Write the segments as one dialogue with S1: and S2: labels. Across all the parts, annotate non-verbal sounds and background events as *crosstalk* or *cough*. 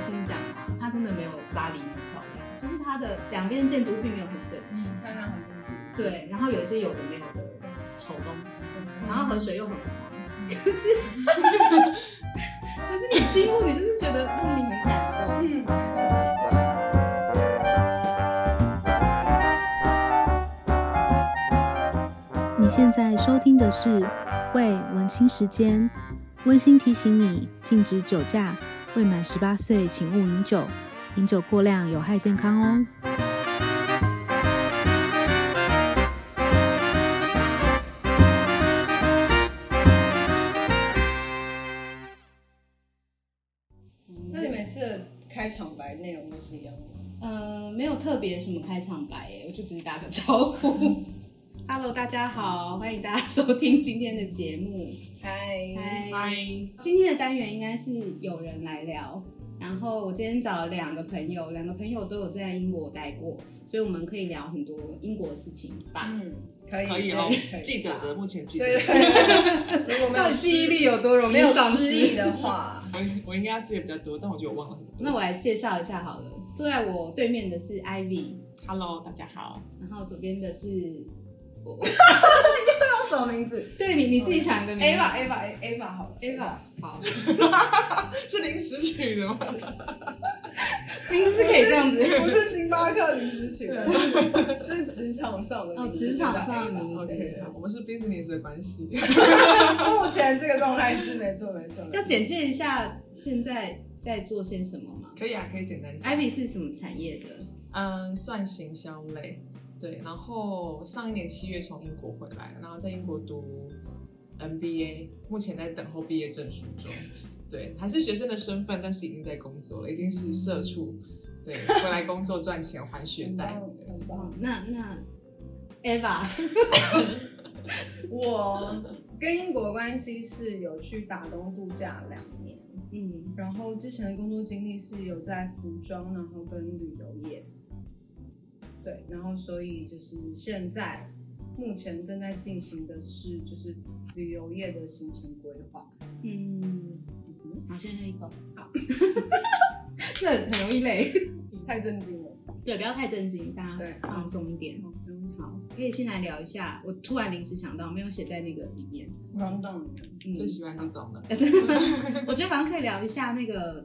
S1: 先讲嘛，它真的没有巴黎那么漂亮，就是它的两边建筑并没有很整齐，
S2: 山上很真实。
S1: 对，然后有一些有的没有的丑东西，
S2: 对，
S1: 然后河水又很黄，可是 *laughs* 可是你经过，你就是觉得嗯，你很感动。
S2: 嗯，有一种奇怪。
S3: 你现在收听的是《为文青时间》，温馨提醒你禁止酒驾，未满十八岁请勿饮酒，饮酒过量有害健康哦。
S2: 那你每次的开场白内容都是一样的吗？
S1: 呃，没有特别什么开场白耶，我就只是打个招呼。Hello，大家好，欢迎大家收听今天的节目。嗯
S2: 嗨，
S1: 嗨，今天的单元应该是有人来聊。然后我今天找了两个朋友，两个朋友都有在英国待过，所以我们可以聊很多英国的事情吧。
S2: 嗯，可以，
S4: 可以哦
S2: 可，以
S4: 记得的，目前记得。
S2: 对对
S1: *laughs*
S2: 对，如果没
S1: 到
S2: 有
S1: 底
S2: 失
S1: 记忆力有多容
S2: 没有
S1: 易丧
S2: 失忆
S1: 失？
S2: 的话，
S4: 我应我应该要记得比较多，但我觉得我忘了很多。
S1: 那我来介绍一下好了。坐在我对面的是 Ivy，
S4: Hello，大家好，
S1: 然后左边的是我。
S2: 叫什么名字
S1: 对你你自己想一个名字。
S2: ？Ava Ava Ava 好了
S1: Ava，好，
S4: 是临时
S2: *laughs*
S4: 取的吗？
S1: 名字是可以这样子。 *laughs*
S2: 不是星巴克临时取的，是职场上的
S1: 哦，
S2: 名字
S1: 职场上的
S2: 叫 Ava
S1: 名
S4: OK，
S1: 字。
S4: 好我们是 business 的关
S2: *laughs*
S4: 系。
S2: 目前这个状态是没错没错，没错
S1: 要简介一下现在在做些什么吗
S4: 可以啊，可以简单讲。
S1: ？Ivy 是什么产业的？
S4: 嗯，算行销类。对，然后上一年七月从英国回来，然后在英国读 MBA，目前在等候毕业证书
S2: *laughs*
S4: 中。对，还是学生的身份，但是已经在工作了，已经是社畜。对，回来工作赚钱还学
S2: 很
S4: 贷
S2: 棒。很棒。
S1: 哦，那那 Eva
S2: 我跟英国的关系是有去打工度假两年，
S1: 嗯，
S2: 然后之前的工作经历是有在服装，然后跟旅游业，对，然后所以就是现在目前正在进行的是就是旅游业的行程规划，
S1: 嗯，好，先喝一口。 *laughs* 好，这很很容易累。
S2: 太震惊了，
S1: 对，不要太震惊，大
S2: 对
S1: 家放松一点。
S2: 好
S1: 好，可以先来聊一下。我突然临时想到，没有写在那个里面。
S2: ，round down，
S1: 嗯 *laughs*
S4: 最喜欢这种的。
S1: 我觉得反正可以聊一下那个，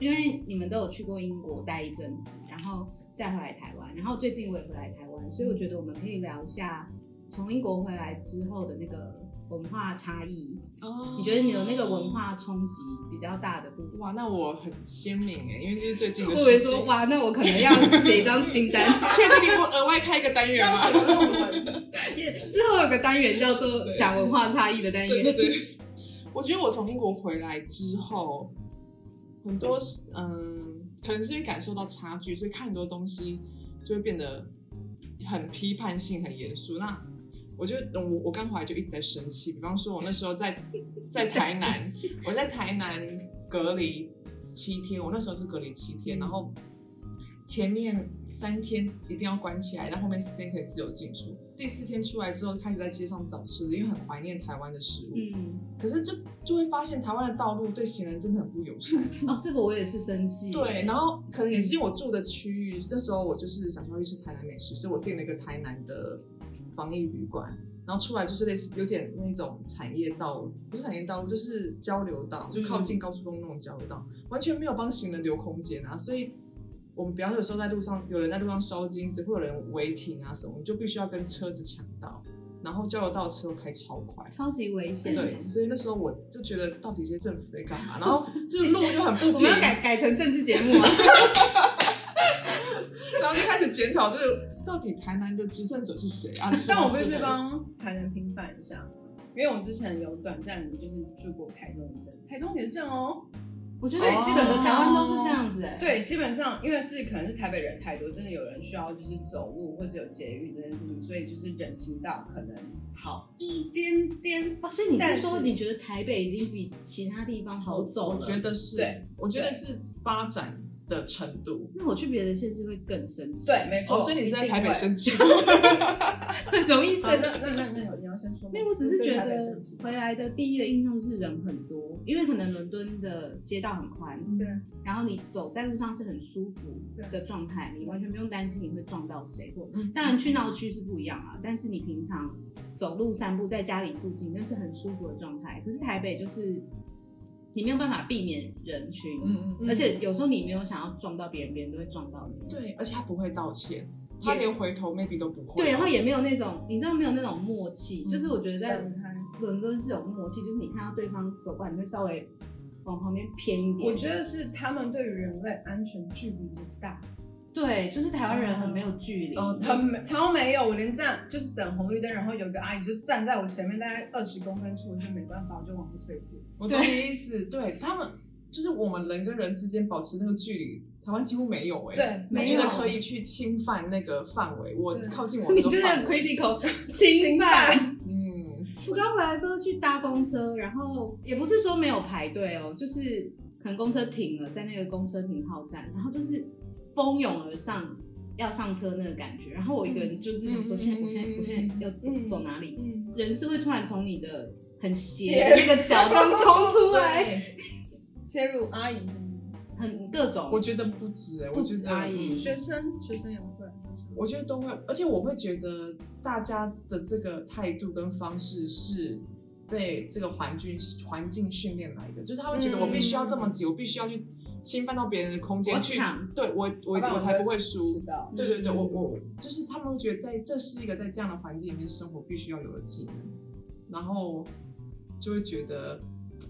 S1: 因为你们都有去过英国待一阵子，然后再回来台湾，然后最近我也回来台湾，所以我觉得我们可以聊一下从英国回来之后的那个文化差异。
S4: 哦
S1: 你觉得你的那个文化冲击比较大的部分？
S4: 哇，那我很鲜明哎，因为就是最近的
S1: 我
S4: 事
S1: 以为
S4: 情。
S1: 说哇，那我可能要写一张清
S4: *laughs*
S1: 单，
S4: 确定你不额外开一个单元
S2: *laughs*
S4: 吗？
S1: 之后有个单元叫做
S4: 对
S1: 讲文化差异的单
S4: 对对
S1: 元。
S4: 对，我觉得我从英国回来之后，很多事嗯，可能是因为感受到差距，所以看很多东西就会变得很批判性、很严肃。那我就我我刚回来就一直在生气，比方说，我那时候在在台南，我在台南隔离七天，我那时候是隔离七天，
S1: 嗯
S4: 然后前面三天一定要关起来，但后面四天可以自由进出。第四天出来之后，开始在街上找吃的，因为很怀念台湾的食物。
S1: 嗯，
S4: 可是就就会发现台湾的道路对行人真的很不友善。
S1: 哦，这个我也是生气。
S4: 对，然后可能也是因为我住的区域，那时候我就是想说要去吃台南美食，所以我订了一个台南的防疫旅馆。然后出来就是类似有点那种产业道路，不是产业道路，就是交流道，
S1: 嗯
S4: 就靠近高速公路那种交流道，完全没有帮行人留空间啊。所以，我们比方说有时候在路上，有人在路上烧金子，会有人违停啊什么，我们就必须要跟车子抢道，然后交流道车又开超快，
S1: 超级危险。
S4: 对，所以那时候我就觉得，到底这些政府在干
S1: *laughs*
S4: 嘛？然后这个路又很不
S1: 我们，
S4: 平
S1: 要改改成政治节目啊。 *laughs*
S4: 然后就开始检讨，就是到底台南的执政者是谁啊？
S2: 但我必
S4: 必
S2: 须
S4: 须
S2: 帮台南平反一下，因为我之前有短暂的就是住过台中一阵，台中也是这样哦。
S1: 我觉得
S2: 所以基
S1: 整个
S2: 本上
S1: 台湾都是这样子、欸。，
S2: 对，基本上因为是可能是台北人太多，真的有人需要就是走路或者有捷运这件事情，所以就是人行道可能好一点点。
S1: 哦，所以你
S2: 但
S1: 是
S2: 是
S1: 说你觉得台北已经比其他地方好走
S4: 我
S1: 了？
S4: 觉得是，
S2: 对，
S4: 我觉得是发展的程度。
S1: 那我去别的县市会更生气，
S2: 对，，没错、
S4: 哦，所以你是在台北
S2: 生？
S1: *laughs*
S4: 生气？嗯
S1: 容易
S2: 那
S1: 生
S2: 那那那有你要先说吗？
S1: 因为我只是觉
S2: 对台北
S1: 得
S2: 生气
S1: 回来的第一的印象是人很多，因为可能伦敦的街道很宽，
S2: 对
S1: 然后你走在路上是很舒服的状态，你完全不用担心你会撞到谁或。
S4: 嗯
S1: 当然去闹区是不一样啊，但是你平常走路散步在家里附近，那是很舒服的状态。可是台北就是你没有办法避免人群，
S4: 嗯嗯，
S1: 而且有时候你没有想要撞到别人，别人都会撞到你。
S4: 对，而且他不会道歉，他连回头 maybe 都不会。
S1: 对，然后也没有那种，你知道没有那种默契，
S4: 嗯
S1: 就是我觉得在
S2: 闪开。
S1: 伦敦是有默契，就是你看到对方走过来，你会稍微往旁边偏一点。
S2: 我觉得是他们对于人类安全距离不大，
S1: 对，就是台湾人很没有距离。
S4: 哦
S2: 嗯，很没超没有。我连站就是等红绿灯，然后有一个阿姨就站在我前面大概二十公分处，我就没办法，我就往后退步。
S4: 哦我懂你意思，对他们就是我们人跟人之间保持那个距离，台湾几乎没有哎、
S2: 对，
S1: 没
S4: 我
S1: 有
S4: 觉得可以去侵犯那个范围，我
S2: 对
S4: 靠
S1: *laughs*
S4: 近我
S1: 你
S4: 那个
S1: 真的很
S4: 范围，
S1: critical 侵犯。
S4: 嗯，
S1: 我刚回来的时候去搭公车，然后也不是说没有排队哦，就是可能公车停了，在那个公车停靠站，然后就是蜂拥而上要上车那个感觉。然后我一个人就是想说，
S4: 嗯
S1: 现在我现在我现在要走
S2: 嗯
S1: 走哪里？
S2: 嗯，
S1: 人是会突然从你的很斜的那个脚这样冲出来，
S4: 对，
S2: 切入阿姨是吗
S1: 很各种。
S4: 我觉得不止哎、
S1: 不
S4: 我
S1: 止啊
S4: 觉得
S1: 阿姨
S4: 嗯
S2: 学生，学生也会。
S4: 我觉得都会，而且我会觉得大家的这个态度跟方式是被这个环境环境训练来的，就是他会觉得我必须要这么挤，我必须要去侵犯到别人的空
S1: 嗯
S4: 间
S1: 我
S4: 去，
S1: 抢
S4: 对我我
S2: 要然
S4: 我才不会
S2: 迟
S4: 输。
S2: 到。
S4: 对对对，
S1: 嗯
S4: 我我就是他们会觉得在这是一个在这样的环境里面生活必须要有的技能，然后就会觉得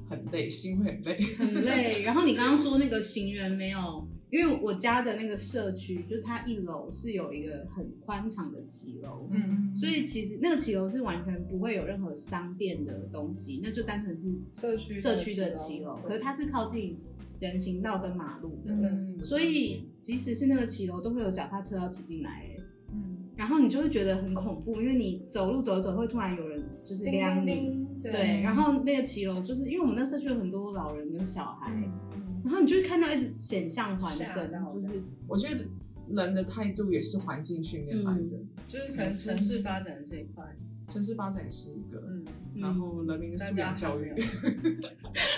S4: 很累，心会很累。
S1: 很累。然后你刚刚说那个行人没有，因为我家的那个社区，就是它一楼是有一个很宽敞的骑楼，
S4: 嗯，
S1: 所以其实那个骑楼是完全不会有任何商店的东西，那就单纯是
S2: 社区
S1: 社区的骑楼。嗯可是它是靠近人行道跟马路的，
S4: *laughs* 嗯
S1: 所以即使是那个骑楼，都会有脚踏车要骑进来、欸
S2: 嗯，
S1: 然后你就会觉得很恐怖，因为你走路走一走，会突然有人就是
S2: 叮
S1: 撩
S2: 叮
S1: 你。
S2: 叮，
S1: 对，然后那个骑楼就是因为我们那社区有很多老人跟小孩，
S2: 嗯
S1: 然后你就会看到一直险象环
S2: 吓
S1: 生，
S2: 到
S1: 就是
S4: 我觉得人的态度也是环境训练来
S1: 嗯
S4: 的。
S2: 就是可能城市发展这一块，
S4: 城市发展也是一个，
S2: 嗯，
S4: 然
S1: 嗯，
S4: 后人民的
S2: 大
S4: 素
S2: 家
S4: 养教
S2: 还
S4: 育
S2: 没，有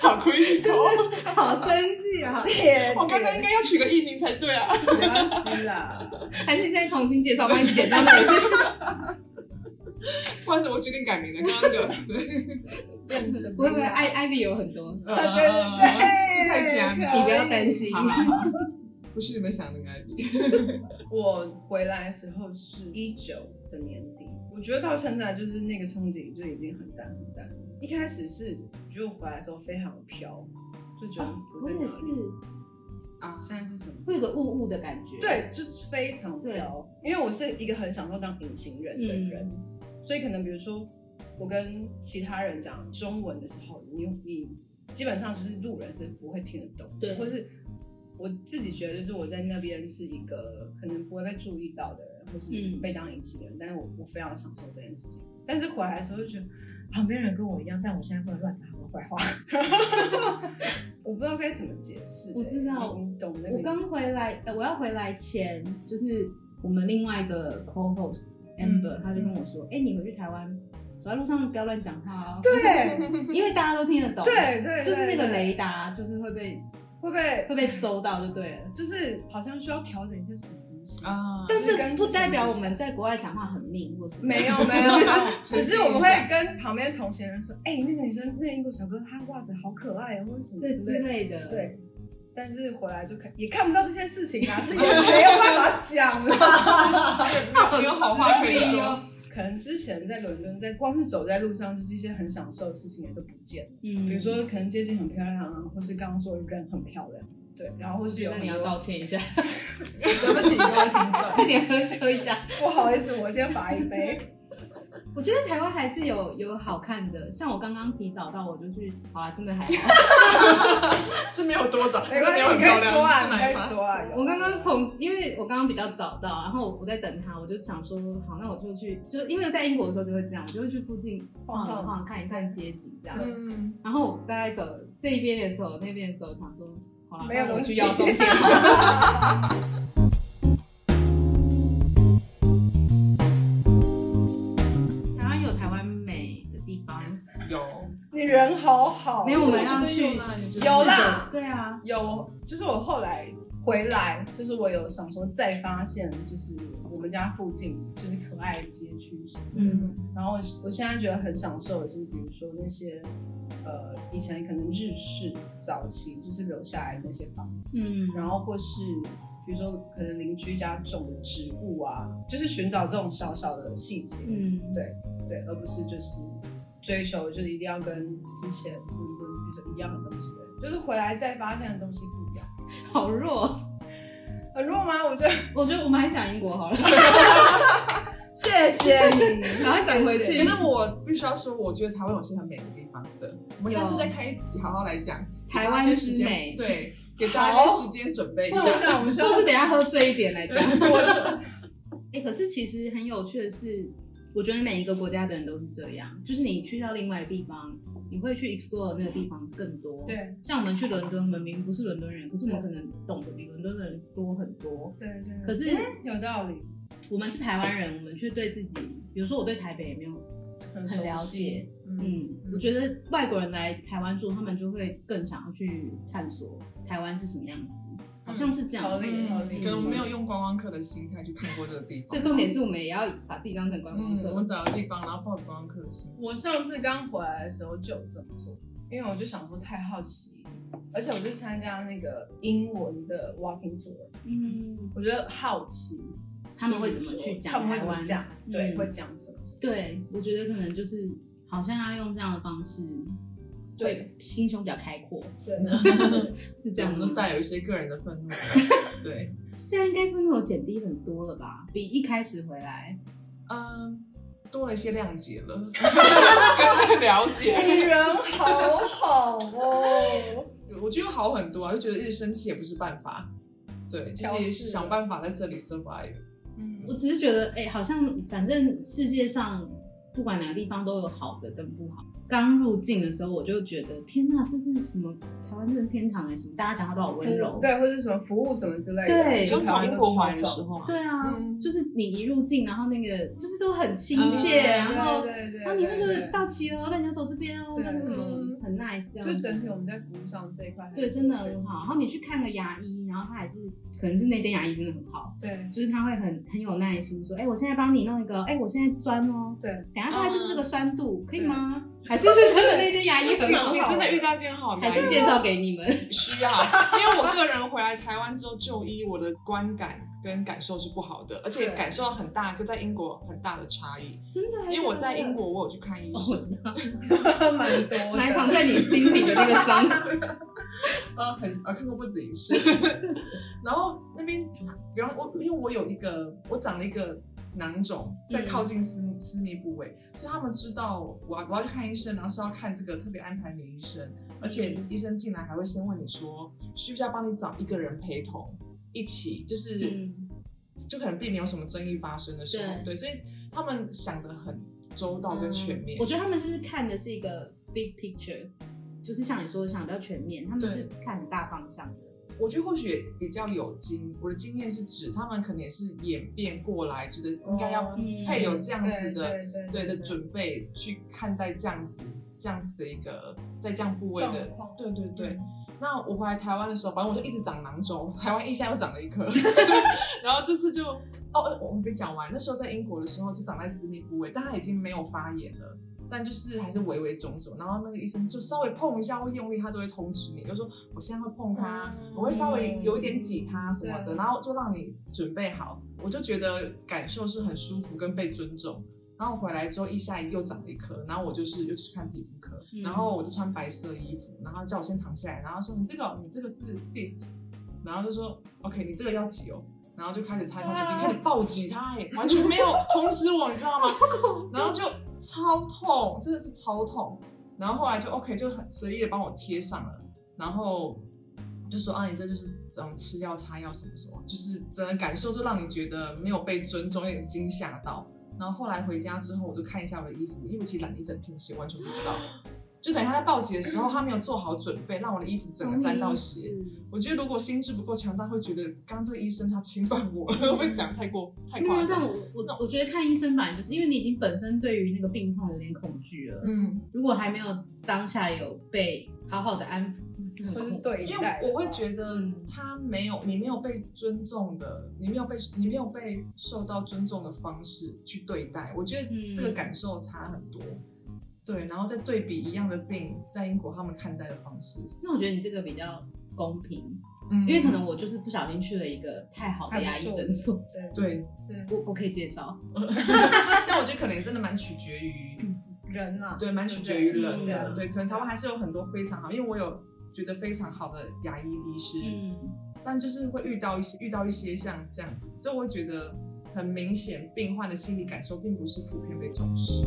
S4: 好亏你哦！
S1: 好生气啊！
S4: *laughs* 我刚刚应该要取个艺名才对啊。
S2: 没关系啦，
S1: *laughs* 还是你现在重新介绍，帮你剪到 *laughs* 那里去，
S4: 不好意思，我决定改名了。刚刚那个，
S2: 认识
S1: 不会不会，艾艾比有很多，
S4: *laughs* 呃是蔡奇安，
S1: 你不要担心。
S4: 好好好，不是你们想的那个 IB。
S2: 我回来的时候是一九的年底，我觉得到现在就是那个冲击就已经很淡很淡。一开始是觉得我回来的时候非常飘，就觉得我
S1: 哦我
S2: 在哪
S1: 也
S2: 里？
S1: 是
S4: 啊，
S2: 现在是什么？
S1: 会有个雾雾的感觉，
S2: 对，就是非常
S1: 对
S2: 飘，因为我是一个很享受当隐形人的人，
S1: 嗯
S2: 所以可能比如说我跟其他人讲中文的时候，你你基本上就是路人是不会听得懂，
S1: 对
S2: 或是我自己觉得就是我在那边是一个可能不会被注意到的人，或是
S1: 嗯
S2: 被当隐形人，但是我我非常享受这件事情，但是回来的时候就觉得旁边人跟我一样，但我现在不能乱讲他们坏话， *laughs* 我不知道该怎么解释、
S1: 我知道
S2: 欸你你懂那个
S1: 我刚
S2: 意思
S1: 回来，呃，我要回来前，就是我们另外一个 co-host Amber，、
S2: 嗯
S1: 他就跟我说，哎、你回去台湾走在路上不要乱讲话哦，
S2: 对。
S1: 因为大家都听得懂，
S2: 对对，
S1: 就是那个
S2: 对
S1: 雷达就是会被
S2: 会不会
S1: 会被搜到就对了。
S2: 就是好像需要调整一些什么东西？
S4: 啊，
S1: 但
S2: 就是
S1: 这
S2: 跟
S1: 不
S2: 之前
S1: 代表
S2: 不
S1: 我
S2: 一样
S1: 们在国外讲话很命或什么。 *laughs*
S2: 没有
S4: 是
S2: 没有没有，
S4: 澄清
S2: 只
S4: 一下
S2: 是我们会跟旁边同行人说，哎、那个女生，那个英国小哥，他袜子好可爱哦，或者什么
S1: 对
S2: 之
S1: 之
S2: 类的。
S1: 类的，，
S2: 对，但是回来就看也看不到这些事情啊，是也没有办法
S1: *laughs*
S2: 讲了。
S4: 没有好话可以说。
S2: 可能之前在伦敦，在光是走在路上，就是一些很享受的事情也都不见了。
S1: 嗯，
S2: 比如说，可能街景很漂亮啊，或是刚刚说人很漂亮，对，然后或是有
S1: 那
S2: 很
S1: 你要
S2: 多
S1: 道歉一
S2: *laughs*
S1: 下，
S2: 对不起各位听
S1: 快
S2: 众，
S1: 点喝喝一下。
S2: *laughs* 不好意思，我先罚一杯。
S1: 我觉得台湾还是有有好看的，像我刚刚提早到，我就去，好啦，真的还好。 *laughs*
S4: 是没有多早，
S2: 没
S4: 但
S2: 关
S4: 没
S2: 系，
S4: 有很
S2: 你
S4: 漂
S2: 可
S4: 亮，
S2: 以说啊，
S4: 是
S2: 你
S4: 哪
S2: 可
S4: 一
S2: 以
S4: 趴？
S2: 说啊。有
S1: 我刚刚从，因为我刚刚比较早到，然后我在等他，我就想说，好，那我就去，就因为在英国的时候就会这样，就会去附近晃
S2: 嗯
S1: 一晃，看一看街景这样。
S4: 嗯，
S1: 然后我大概走这边也走，那边也走，想说。好啦
S2: 没有
S1: 那我
S2: 东
S1: 去
S2: 西
S1: 腰中店。台湾有台湾美的地方，
S4: 有
S2: 你人好好，
S1: 没有我们
S2: 其实
S1: 要去
S2: 我觉得哦有啦有啦
S1: 对啊，
S2: 有，就是我后来回来，就是我有想说再发现，就是我们家附近就是可爱的街区什么的。
S1: 嗯
S2: 然后我我现在觉得很享受的是，比如说那些呃以前可能日式早期就是留下来的那些房子，
S1: 嗯，
S2: 然后或是比如说可能邻居家种的植物啊，就是寻找这种小小的细节，
S1: 嗯
S2: 对对，而不是就是追求就是一定要跟之前嗯比如说一样的东西，就是回来再发现的东西不一样。
S1: 好弱。
S2: 很弱吗？我觉得
S1: 我觉得我们还是讲英国好了，
S2: *laughs* 谢谢你，
S1: *laughs* 赶快转回去
S4: 可。是我必须要说，我觉得台湾有些很美的地方的。我们下次再开一集，好好来讲
S1: 台湾之
S4: 时间
S1: 美
S4: 对，给大家一些时间准备一
S2: 不
S4: 下。
S2: 知道我们需要
S1: 都是等一下喝醉一点来 *laughs* 讲。哎、可是其实很有趣的是，我觉得每一个国家的人都是这样，就是你去到另外一个地方，你会去 explore 那个地方更多。，
S2: 对
S1: 像我们去伦敦，我们明明不是伦敦人，可是我们可能懂得比伦敦的人多很多。
S2: 对对，
S1: 可是
S2: 嗯有道理，
S1: 我们是台湾人，我们却对自己，比如说我对台北也没有
S2: 很熟
S1: 很
S2: 悉
S1: 了解。，
S4: 嗯，
S1: 嗯，我觉得外国人来台湾住，他们就会更想要去探索台湾是什么样子，好像是这样
S2: 合
S1: 子。嗯
S2: 理
S5: 嗯
S2: 合理
S4: 可能我们没有用观光客的心态去看过这个地方。
S1: 所以重点是我们也要把自己当成观光
S4: 嗯，
S1: 客。
S4: 我们找个地方，然后抱着观光客的心。
S2: 我上次刚回来的时候就有这么做，因为我就想说太好奇，而且我是参加那个英文的 walking tour，
S1: 嗯，
S2: 我觉得好奇
S1: 他们会怎么去讲
S2: 他们会
S1: 台
S2: 怎么
S1: 湾？
S2: 讲，对，
S1: 嗯
S2: 会讲什么？
S1: 对，我觉得可能就是好像要用这样的方式，
S2: 对，
S1: 心胸比较开阔，
S2: 对，
S1: *laughs* 是这
S4: 对，
S1: 样
S4: 我们都
S1: 吗？
S4: 带有一些个人的
S1: *laughs*
S4: 愤怒。对，
S1: 现在应该愤怒有减低很多了吧？比一开始回来，
S4: 嗯，多了一些谅解
S1: *laughs*
S4: 了，跟了解。
S2: 你人好好哦，
S4: 我觉得好很多啊，就觉得一直生气也不是办法。对，就
S2: 调
S4: 是
S2: 试了
S4: 想办法在这里 survive。
S2: 嗯
S1: 我，只是觉得，哎、好像反正世界上不管哪个地方都有好的跟不好。刚入境的时候，我就觉得天呐，这是什么台湾真的天堂哎、什么大家讲话都好 *laughs* 温柔，
S2: 对，或者什么服务什么之类的，
S1: 对
S4: 刚从英国回来的时
S2: 候。
S4: 候啊，
S1: 对啊，
S4: 嗯
S1: 就是你一入境，然后那个就是都很亲
S4: 嗯
S1: 切，
S4: 对
S1: 然后
S2: 对对，
S1: 啊，你那
S2: 对
S1: 个到齐了，那你要走这边哦，
S2: 对
S1: 就是什么
S4: 嗯
S1: 很 nice 这样子。
S2: 就整体我们在服务上这一块，
S1: 对，真的很好。然后你去看个牙医，然后他也是，可能是那间牙医真的很好，
S2: 对
S1: 就是他会很很有耐心，说，哎、我现在帮你弄一个，哎、我现在钻哦，
S2: 对，
S1: 等一下大概就是这个酸度，可以吗？还是
S2: 对
S1: 是真的那间牙医很 *laughs* 好，
S5: 啊你真的遇到一件好
S1: 还
S5: 难，
S1: 是介绍给你们？
S5: 需要，因为我个人回来台湾之后就医，我的观感跟感受是不好的，而且
S2: 对
S5: 感受到很大跟在英国很大的差异。
S1: 真的，
S5: 因为我在英，国，我有去看医
S1: 哦，
S5: 生
S1: 我，知道， *laughs*
S2: 蛮多的，
S1: 埋藏在你心底的那个伤。
S4: 呃，很呃看过不止
S1: *laughs*
S4: 一次。然后那边，比方我因为我有一个我长了一个囊肿，在
S1: 嗯
S4: 靠近私私密部位，所以他们知道我要我要去看医生，然后是要看这个特别安排你医生，而且
S1: 嗯
S4: 医生进来还会先问你说需不需要帮你找一个人陪同一起，就是。
S1: 嗯
S4: 就可能避免有什么争议发生的时候，对，所以他们想的很周到跟全
S2: 嗯
S4: 面。
S1: 嗯我觉得他们是不是看的是一个 big picture，就是像你说的想比较全面，他们
S4: 对
S1: 是看很大方向的。
S4: 我觉得或许也比较有经，我的经验是指他们可能也是演变过来，觉得应该要
S1: 嗯
S4: 配有这样子的、
S2: 哦对对
S4: 对的准备去看待这样子这样子的一个在这样部位
S2: 状
S4: 的，
S2: 况，
S4: 对对对。嗯那我回来台湾的时候，反正我就一直长囊肿， *laughs* 台湾腋下又长了一 *laughs* 颗，然后这次就哦，我没讲完，那时候在英国的时候就长在私密部位，但它已经没有发炎了。但就是还是微微肿肿，然后那个医生就稍微碰一下或用力，他都会通知你，就说我现在会碰它，啊我会稍微
S1: 嗯
S4: 有一点挤它什么的，
S2: 对
S4: 然后就让你准备好。我就觉得感受是很舒服跟被尊重。然后回来之后，腋下又长了一颗，然后我就是又去看皮肤科，
S1: 嗯
S4: 然后我就穿白色衣服，然后叫我先躺下来，然后说你这个你这个是 cyst，然后就说 OK 你这个要挤哦，然后就开始擦一擦酒精，开始暴挤它，哎，完全没有通知我，你知道吗？然后就超痛，真的是超痛。然后后来就 OK 就很随意的帮我贴上了，然后就说啊，你这就是这种吃药、擦药什么什么，就是整个感受就让你觉得没有被尊重，有点
S1: *laughs*
S4: 惊吓到。然后后来回家之后，我就看一下我的衣服，衣服其实染了一整片血，完全不知道。就等于他在报警的时候，他没有做好准备，让我的衣服整个沾到血。
S1: 嗯，
S4: 我觉得如果心智不够强大，会觉得刚刚这个医生他侵犯我了，会不会讲太过太
S1: 没有
S4: 夸
S1: 这样
S4: 张？
S1: 我我我觉得看医生本来就是因为你已经本身对于那个病痛有点恐惧了，
S4: 嗯，
S1: 如果还没有当下有被好好的安抚，真是很
S2: 或
S1: 恐
S2: 是
S1: 怖。
S2: 对
S4: 因为
S2: 待的话，
S4: 我我会觉得他没有，你没有被尊重的，你没有被你没有被受到尊重的方式去对待，我觉得这个感受差很多。对，然后再对比一样的病，在英国他们看待的方式，
S1: 那我觉得你这个比较公平，
S4: 嗯
S1: 因为可能我就是不小心去了一个太好的牙医诊所，
S2: 对
S4: 对，
S2: 对
S1: 我我可以介绍。
S4: 但我觉得可能真的蛮取决于
S2: 人呐、
S4: 对，蛮取决于人
S2: 对啊
S4: 的。对，可能台湾还是有很多非常好，因为我有觉得非常好的牙医医师，
S1: 嗯，
S4: 但就是会遇到一些遇到一些像这样子，所以我会觉得很明显，病患的心理感受并不是普遍被重视。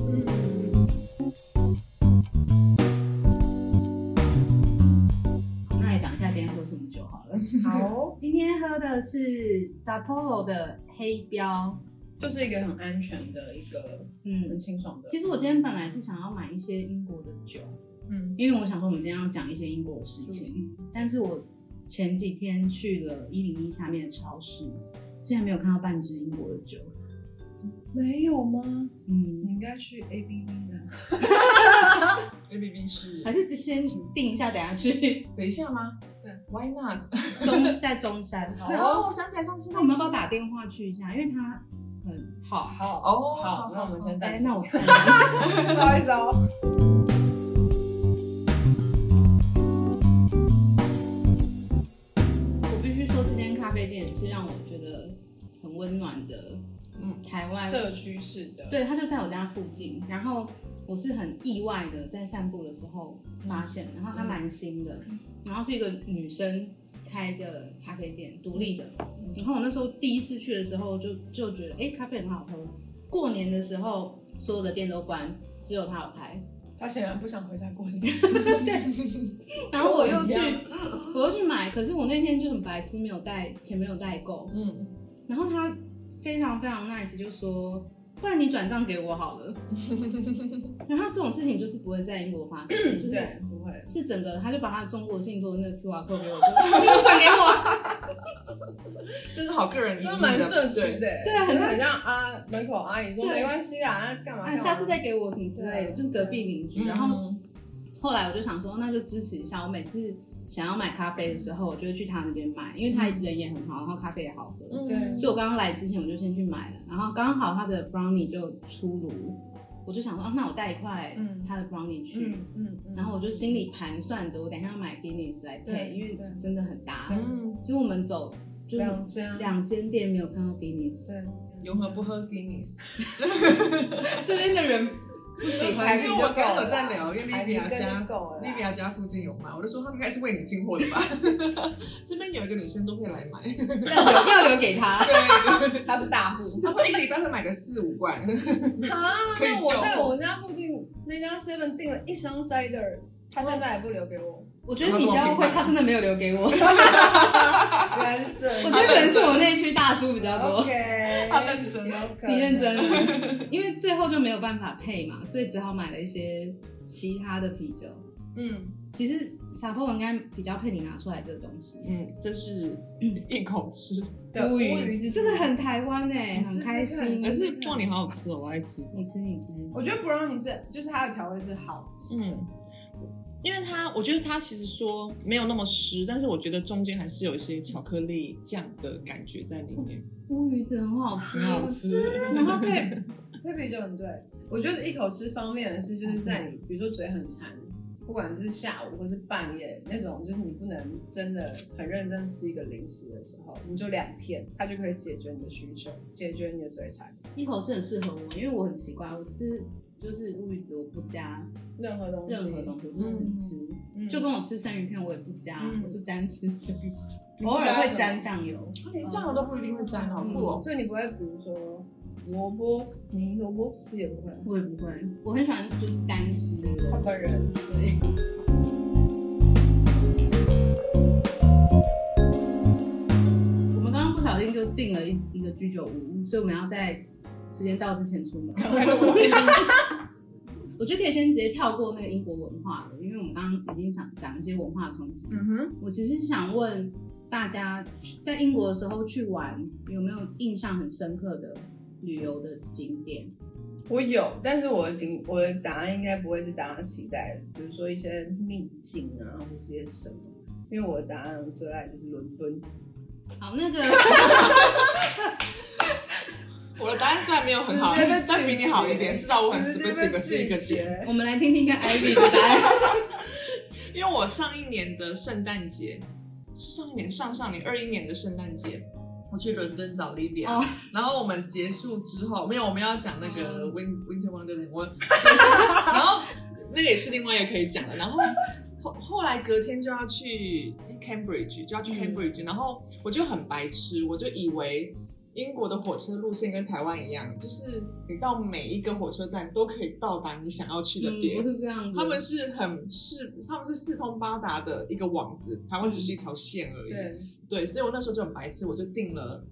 S1: 好，那来讲一下今天喝什么酒好了。
S2: 好，
S1: 今天喝的是 Sapporo 的黑标，
S2: 就是一个很安全的一个很
S1: 嗯。
S2: 清爽的。
S1: 其实我今天本来是想要买一些英国的酒，
S4: 嗯，
S1: 因为我想说我们今天要讲一些英国的事情，但是我前几天去了一零一下面的超市，竟然没有看到半支英国的酒。
S2: 没有吗？你
S1: 嗯，
S2: 应该去 A B B 的。
S4: A B B 是
S1: 还是先定一下，等下去
S4: 等一下吗？
S2: 对
S4: ，Why not？
S1: 中在中山。好
S4: 然后我想起来上次
S1: 那我们要不要打电话去一下？因为他很好好。
S4: 哦，
S2: 好，那我们先
S1: 哎，
S2: 暂停。
S1: 那我
S2: 不好意思哦。
S1: 我必须说，这间咖啡店是让我觉得很温暖的。嗯，
S4: 嗯
S1: 台湾
S2: 社区式的，
S1: 对，它就在我家附近。然后我是很意外的在散步的时候发现，然后
S2: 嗯
S1: 它蛮新的，然后是一个女生开的咖啡店，独立的。
S2: 嗯
S1: 然后我那时候第一次去的时候就，就觉得哎、诶咖啡很好喝。过年的时候，所有的店都关，只有它有开。
S2: 他显然不想回家过年。
S1: 然后我又去
S2: 跟我一，
S1: 我又去买，可是我那天就很白痴，没有带钱，没有带够。
S4: 嗯，
S1: 然后他非常非常 nice，就说：“不然你转账给我好
S2: *laughs*
S1: 了。”然后这种事情就是不会在英国发生，就是
S2: 对，不会。
S1: 是整个，他就把他的中国信托
S2: *laughs*
S1: 那个 QR code 给我，就转给我。
S4: 这是好个人意义
S2: 真
S4: 的
S2: 的蛮社区
S4: 对
S2: 的欸，
S1: 对啊很
S2: 就是很像啊门口阿姨说
S1: 对
S2: 没关系啊，那干嘛？
S1: 啊，
S2: 干嘛
S1: 下次再给我什么之类的，
S2: 对
S1: 就是隔壁邻居。
S4: 嗯
S1: 然后后来我就想说，那就支持一下。我每次想要买咖啡的时候，我就会去他那边买，因为他人也很好，然后咖啡也好喝。
S4: 嗯
S2: 对
S1: 所以我刚刚来之前我就先去买了，然后刚好它的 brownie 就出炉，我就想说，啊、那我带一块
S2: 嗯
S1: 它的 brownie 去，
S2: 嗯嗯嗯，
S1: 然后我就心里盘算着，我等一下要买 Guinness 来配，
S2: 对
S1: 因为
S2: 对
S1: 真的很搭。
S4: 嗯，
S1: 结果我们走就是
S2: 两家
S1: 两间店没有看到 Guinness，
S2: 对，
S4: 有何不喝 Guinness？
S1: 这边的人
S2: 不
S4: 喜欢因为我刚刚有在聊因为利比亚家
S2: 啊
S4: 利比亚家附近有卖，我就说他们应该是为你进货的吧。 *laughs* 这边有一个女生都可以来买， *laughs*
S1: 要留要留给他。
S4: 对，
S2: 他是大户。
S4: 她说一个礼拜会买个四五罐，
S2: 啊，
S4: 可以
S2: 那
S4: 救
S2: 我在
S4: 我
S2: 我家附近那家 Seven 订了一箱 cider，他现在也不留给我， *laughs*
S1: 我觉得你不要会，他真的没有留给我。我
S2: 原来是这
S1: 觉
S2: 样。
S1: 得可能是我那区大叔比较多。
S2: OK，
S5: 他认真
S2: 有可
S1: *laughs*
S2: 能
S1: 你认真了， *laughs* 因为最后就没有办法配嘛，所以只好买了一些其他的啤酒。
S2: 嗯，
S1: 其实傻波应该比较配你拿出来这个东西。
S4: *laughs* 嗯，这是
S5: 一口吃，
S2: 对乌鱼子
S1: 这个很台湾哎、
S2: 你试
S1: 很
S2: 试看
S1: 开心。
S2: 可是
S4: 哇，你好好吃哦，我爱吃。
S1: 你吃你吃，
S2: 我觉得 brownie 是就是它的调味是好吃，
S4: 嗯，因为它，我觉得它其实说没有那么湿，但是我觉得中间还是有一些巧克力酱的感觉在里面，
S1: 乌鱼子很好吃，
S4: 很好吃。
S1: 然后配
S2: 配啤酒很对。我觉得一口吃方面的是，就是在你比如说嘴很馋，不管是下午或是半夜那种，就是你不能真的很认真吃一个零食的时候，你就两片，它就可以解决你的需求，解决你的嘴馋。
S1: 一口是很适合我，因为我很奇怪，我吃就是乌鱼子我不加
S2: 任何东西，
S1: 任何东西，我就只吃，
S2: 嗯
S1: 就跟我吃生鱼片我也不加，
S2: 嗯
S1: 我就单吃生鱼
S2: 你
S1: 片，
S2: 不
S1: 偶尔
S2: 加
S1: 会
S2: 什么
S1: 沾酱油。
S4: 它连酱油都不一定会沾，好酷哦。
S2: 所以你不会比如说萝卜泥萝卜丝也不会。
S1: 我也不会，我很喜欢就是单吃那个
S2: 他
S1: 东西。
S2: 本人
S1: 对。我们刚刚不小心就订了一一个
S2: *laughs*
S1: 居酒屋，所以我们要在时间到之前出门。我觉得可以先直接跳过那个英国文化了，因为我们刚刚已经想讲一些文化冲击。
S5: 嗯哼，
S1: 我只是想问大家，在英国的时候去玩有没有印象很深刻的旅游的景点？
S2: 我有，但是我的景我的答案应该不会是大家期待的，比如说一些秘境啊，或是一些什么。因为我的答案，我最爱就是伦敦。
S1: 好，那
S4: *laughs*
S1: 个
S4: 我的答案虽然没有很好
S2: 直接被，
S4: 但比你好一点，
S2: 拒绝
S4: 至少我很
S2: 直接被
S4: specific 是一个
S2: 拒绝
S4: 点。
S1: 我们来听听看 Ivy 的答
S4: *laughs*
S1: 案。
S4: 因为我上一年的圣诞节，是上一年上上年二一年的圣诞节，我去伦敦找 Livia，、
S1: 哦
S4: 然后我们结束之后，没有，我们要讲那个
S1: 嗯
S4: Win Winter Wonderland，我，然后那个也是另外一个可以讲的，然后。后后来隔天就要去 Cambridge，就要
S1: 嗯
S4: 去 Cambridge，、然后我就很白痴，我就以为英国的火车路线跟台湾一样，就是你到每一个火车站都可以到达你想要去的
S1: 嗯，
S4: 点。
S1: 不是这样子。
S4: 他们是很是，他们是四通八达的一个网子，台湾只是一条线而已。
S2: 对，
S4: 对所以我那时候就很白痴，我就订了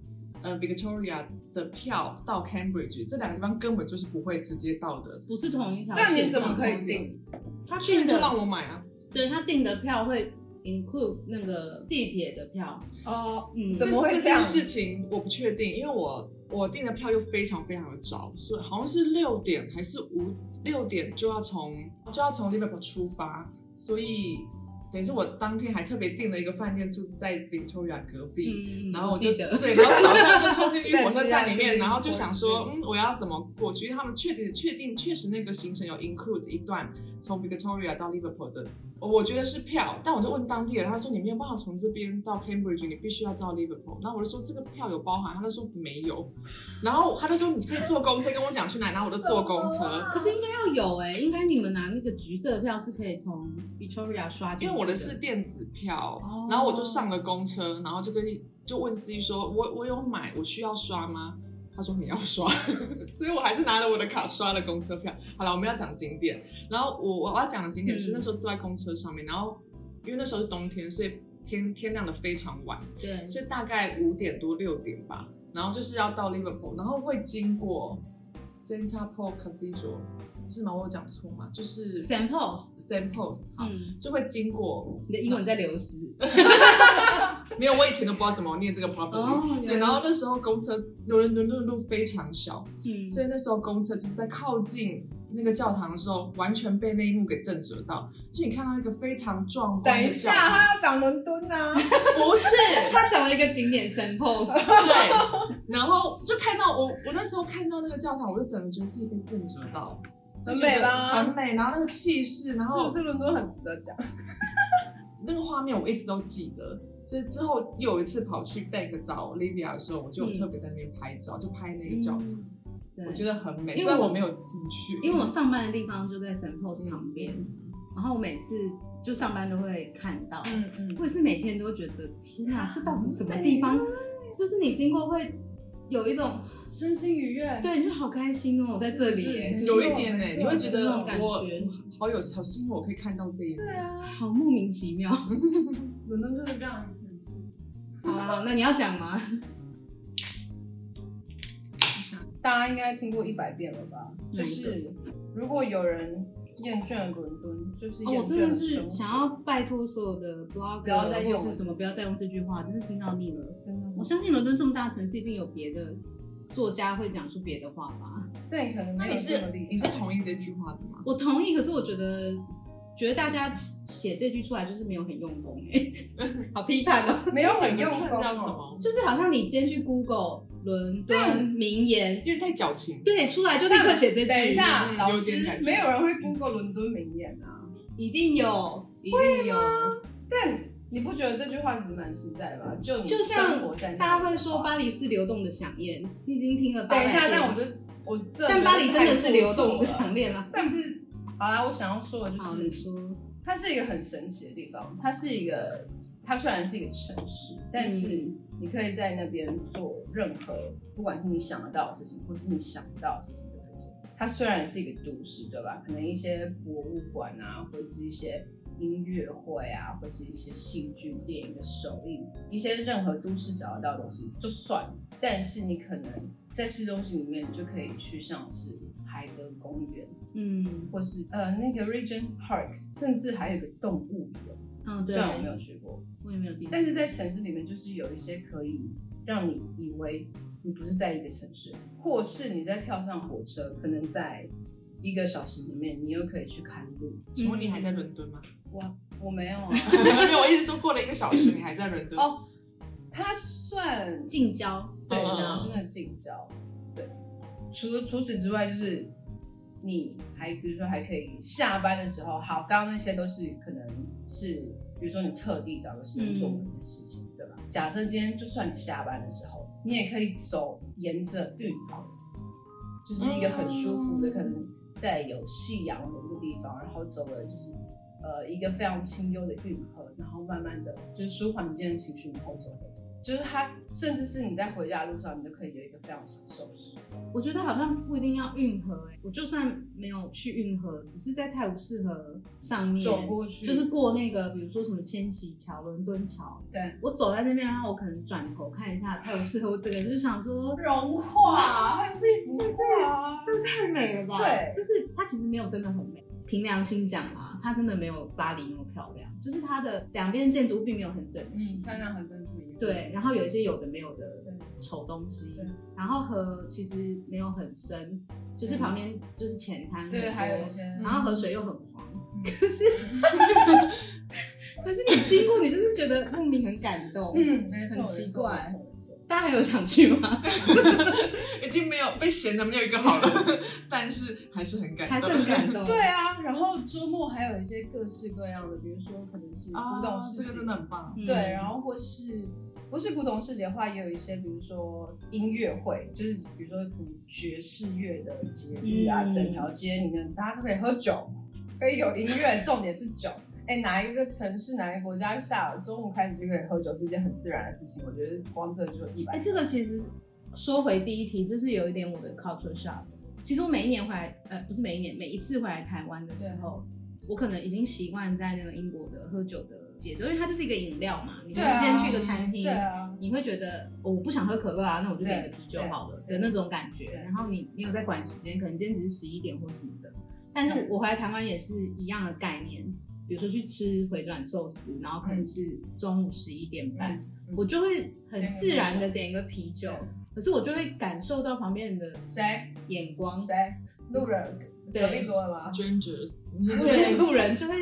S4: 呃 Victoria 的票到 Cambridge，这两个地方根本就是不会直接到的。
S1: 不是同一条线
S2: 那
S1: 上？
S2: 你怎么可以定？
S1: 他
S4: 去
S1: 订
S4: 年就
S1: 的，
S4: 让我买啊，
S1: 对他订的票会 include 那个地铁的票。
S2: 哦？
S1: 嗯，
S2: 怎么会
S4: 这
S2: 这样
S4: 件事情我不确定，因为我我订的票又非常非常的早，所以好像是六点还是五六点就要从就要从 Liverpool 出发，所以等于是我当天还特别订了一个饭店住在 Victoria 隔壁。
S1: 嗯，
S4: 然后我就
S1: 记得，啊
S4: 对，然后早上就
S1: *laughs*
S4: 冲进去火车站
S2: 但
S4: 里
S2: 是要
S4: 面，
S2: 去
S4: 然后就想说
S2: 火，车
S4: 嗯，我要怎么过去？因为他们确定确定确实那个行程有 include 一段从 Victoria 到 Liverpool 的，我觉得是票，但我就问当地人，他说你没有办法从这边到 Cambridge，你必须要到 Liverpool。然后我就说这个票有包含，他就说没有，然后他就说你可以坐公车跟我讲去哪，然后我就坐公车。
S1: 可是应该要有哎、应该你们拿那个橘色的票是可以从 Victoria 刷进去
S4: 因为我的是电子票，
S1: 哦
S4: 然后我就上了公车，然后就跟就问司机说，我我有买，我需要刷吗？他说你要刷， *laughs* 所以我还是拿了我的卡刷了公车票。好了，我们要讲景点，然后我我要讲的景点是
S1: 嗯
S4: 那时候坐在公车上面，然后因为那时候是冬天，所以天天亮的非常晚，
S1: 对，
S4: 所以大概五点多六点吧，然后就是要到 Liverpool，然后会经过 Santa Paul Cathedral，是吗？我有讲错吗？就是
S1: s a m p l e s
S4: St Paul's，好，
S1: 嗯，
S4: 就会经过
S1: 你的英文在流失。
S4: 没有，我以前都不知道怎么念这个 properly、
S1: 哦原
S4: 对，
S1: 来
S4: 然后那时候公车伦伦敦的路非常小，
S1: 嗯，
S4: 所以那时候公车就是在靠近那个教堂的时候，完全被那一幕给震慑到。就你看到一个非常壮观
S2: 等一
S4: 的教
S2: 下，
S4: 堂，
S2: 他要讲伦敦啊！
S4: 不是
S1: 他讲了一个景点 s a m p l e s
S4: 对，然后就看到我，我那时候看到那个教堂，我就整个觉得自己被震慑到，就觉得
S2: 很美吧
S4: 很美。然后那个气势，然
S2: 是
S4: 后
S2: 不是伦敦很值得讲？
S4: 那个画面我一直都记得。所以之后又有一次跑去 Bank 找 Livia 的时候，我就有
S2: 嗯
S4: 特别在那边拍照，就拍那个教堂。
S1: 嗯对，
S4: 我觉得很美，
S1: 因为
S4: 虽然
S1: 我
S4: 我没有进去，
S1: 因为我上班的地方就在 s a m p l e s 旁边，然后我每次就上班都会看到，
S2: 嗯嗯，
S1: 我也是每天都觉得天啊，这到底什么地方？就是你经过会有一种
S2: 身心愉悦。
S1: 对，你就好开心哦，我在这里耶，
S2: 是
S4: 有一点呢、
S1: 欸
S2: 没错
S4: 你会觉
S1: 那
S4: 得
S1: 种感
S4: 我
S1: 觉
S4: 好有好幸运，我可以看到这一幕。
S2: 对啊，
S1: 好莫名其 *laughs* 妙。
S2: 伦敦就是这样的城市。
S1: 好啊，好那你要讲吗？
S2: 大家应该听过一百遍了吧？
S4: 哪一个
S2: 就是如果有人厌倦了伦敦，就是
S1: 哦，
S2: 厌
S1: 我
S2: 倦
S1: 真
S2: 了
S1: 的
S2: 生
S1: 是
S2: 活
S1: 想要拜托所有的
S2: 不要再
S1: blogger
S2: 用
S1: 或是什么，不要再用这句话，真的听到腻了。
S2: 真的
S1: 我
S2: 吗？
S1: 相信伦敦这么大的城市，一定有别的作家会讲出别的话吧。
S2: 但你可能
S4: 那
S2: 没
S4: 你
S2: 有
S4: 是
S2: 这么厉害
S4: 你是同意这句话的吗？
S1: 我同意，可是我觉得，觉得大家写这句出来就是没有很用功哎、
S2: *laughs*
S1: 好批判哦。
S2: 没有很用
S4: 看
S2: 功
S4: 到什
S2: 哦。
S4: 么？
S1: 就是好像你今天去 Google 伦敦名言，
S4: 因为太矫情。
S1: 对，出来就立刻写这句。
S2: 等一下，
S4: 嗯
S2: 老
S4: 有点
S2: 师
S4: 感觉
S2: 没有人会 Google 伦敦名言啊。
S1: 一定有，一定有。
S2: 但你不觉得这句话其实蛮实在的吗？就你
S1: 就像
S2: 生活在那
S1: 大
S2: 里
S1: 家会
S2: 的
S1: 说
S2: 话
S1: 巴黎是流动的想念，你已经听了八
S2: 等
S1: 百
S2: 一下，
S1: 遍
S2: 但我就我这
S1: 但巴黎真的是流动的
S2: 想
S1: 想啊
S2: 念。
S1: 念啦。
S2: 但是好啦，我想要说的就
S1: 好，你
S2: 是
S1: 说，
S2: 它是一个很神奇的地方，它是一个，它虽然是一个城市，但是你可以在那边做任何，不管是你想得到的事情，或是你想不到的事情都可以做。它虽然是一个都市，对吧？可能一些博物馆啊，或者是一些音乐会啊，或是一些戏剧、电影的首映，一些任何都市找得到的东西就算了。但是你可能在市中心里面，你就可以去像是海德公园，
S1: 嗯
S2: 或是呃那个 Region Park，甚至还有一个动物园，
S1: 嗯，对，
S2: 虽然我没有去过，
S1: 我也没有地，
S2: 但是在城市里面就是有一些可以让你以为你不是在一个城市，或是你在跳上火车，可能在一个小时里面，你又可以去看路。
S4: 请问你还在伦敦
S1: *laughs*
S4: 吗？
S2: 哇，我没有啊，
S4: 没有，我一直说过了一个小时，你还在伦敦。
S2: 哦它
S1: *laughs*
S2: 算
S1: 近郊，
S2: 对，
S4: 嗯
S2: 然后真的近郊。对，除除此之外，就是你还比如说还可以下班的时候，好，刚刚那些都是可能是，比如说你特地找个时间做某件事情，对吧？假设今天就算你下班的时候，你也可以走沿着绿道，就是一个很舒服的，可能在有夕阳的一个地方，然后走了就是。呃，一个非常清幽的运河，然后慢慢的就是舒缓你今天的情绪，然后走回家。就是它，甚至是你在回家的路上，你都可以有一个非常享受的时光。
S1: 我觉得好像不一定要运河、欸，我就算没有去运河，只是在泰晤士河上面
S2: 走过去
S1: 就是过那个比如说什么千禧桥、伦敦桥，
S2: 对，
S1: 我走在那边，然后我可能转头看一下泰晤士河，我整个人就想说，
S2: 融化，它就是一幅画啊。
S1: 这太美了吧？
S2: 对
S1: 就是它其实没有真的很美，凭良心讲啊，它真的没有巴黎那么漂亮，就是它的两边建筑物并没有很整
S2: 嗯，
S1: 齐。
S2: 山上和真是一样。
S1: 对，然后有一些有的没有的
S2: 对
S1: 丑东西
S2: 对，
S1: 然后河其实没有很深，就是旁边就是浅滩很多，
S2: 对，还有一些，嗯
S1: 然后河水又很黄， *laughs* 可是可是你经过，你就是觉得 *laughs* 莫名很感动。
S2: 嗯，没
S1: 很
S2: 错
S1: 奇怪。
S2: 没错没错没错
S1: 大家还有想去
S2: *laughs*
S1: 吗？
S4: 已经没有被嫌的没有一个好了， *laughs* 但是还是很感动，
S1: 还是很感动。
S2: 对啊，然后周末还有一些各式各样的，比如说可能是
S4: 啊
S2: 古董市
S4: 这
S2: 集
S4: 个真的很棒。
S1: 嗯
S2: 对，然后或是不是古董市集的话，也有一些，比如说音乐会，就是比如说可能爵士乐的节日啊，
S1: 嗯
S2: 整条街里面大家都可以喝酒，可以有音乐，重点是酒。哎，哪一个城市、哪一个国家下午中午开始就可以喝酒，是一件很自然的事情。我觉得光这就一
S1: 哎、
S2: 百。
S1: 这个其实说回第一题，这是有一点我的 culture shock。其实我每一年回来，呃，不是每一年，每一次回来台湾的时候，我可能已经习惯在那个英国的喝酒的节奏，因为它就是一个饮料嘛。你就
S2: 对
S1: 是
S2: 啊
S1: 今天去一个餐厅，
S2: 对啊，
S1: 你会觉得、哦我不想喝可乐啊，那我就点个啤酒好了
S2: 对
S1: 的那种感觉。
S2: 对
S1: 然后你没有在管时间，可能今天只是十一点或什么的。但是我回来台湾也是一样的概念，比如说去吃回转寿司，然后可能是中午十一点半，
S2: 嗯
S1: 我就会很自然的点一个啤酒，可是我就会感受到旁边人的
S2: 谁
S1: 眼光，
S2: 谁路人
S1: 对
S2: 隔壁桌的吗？
S4: Strangers，
S1: 对路人就会，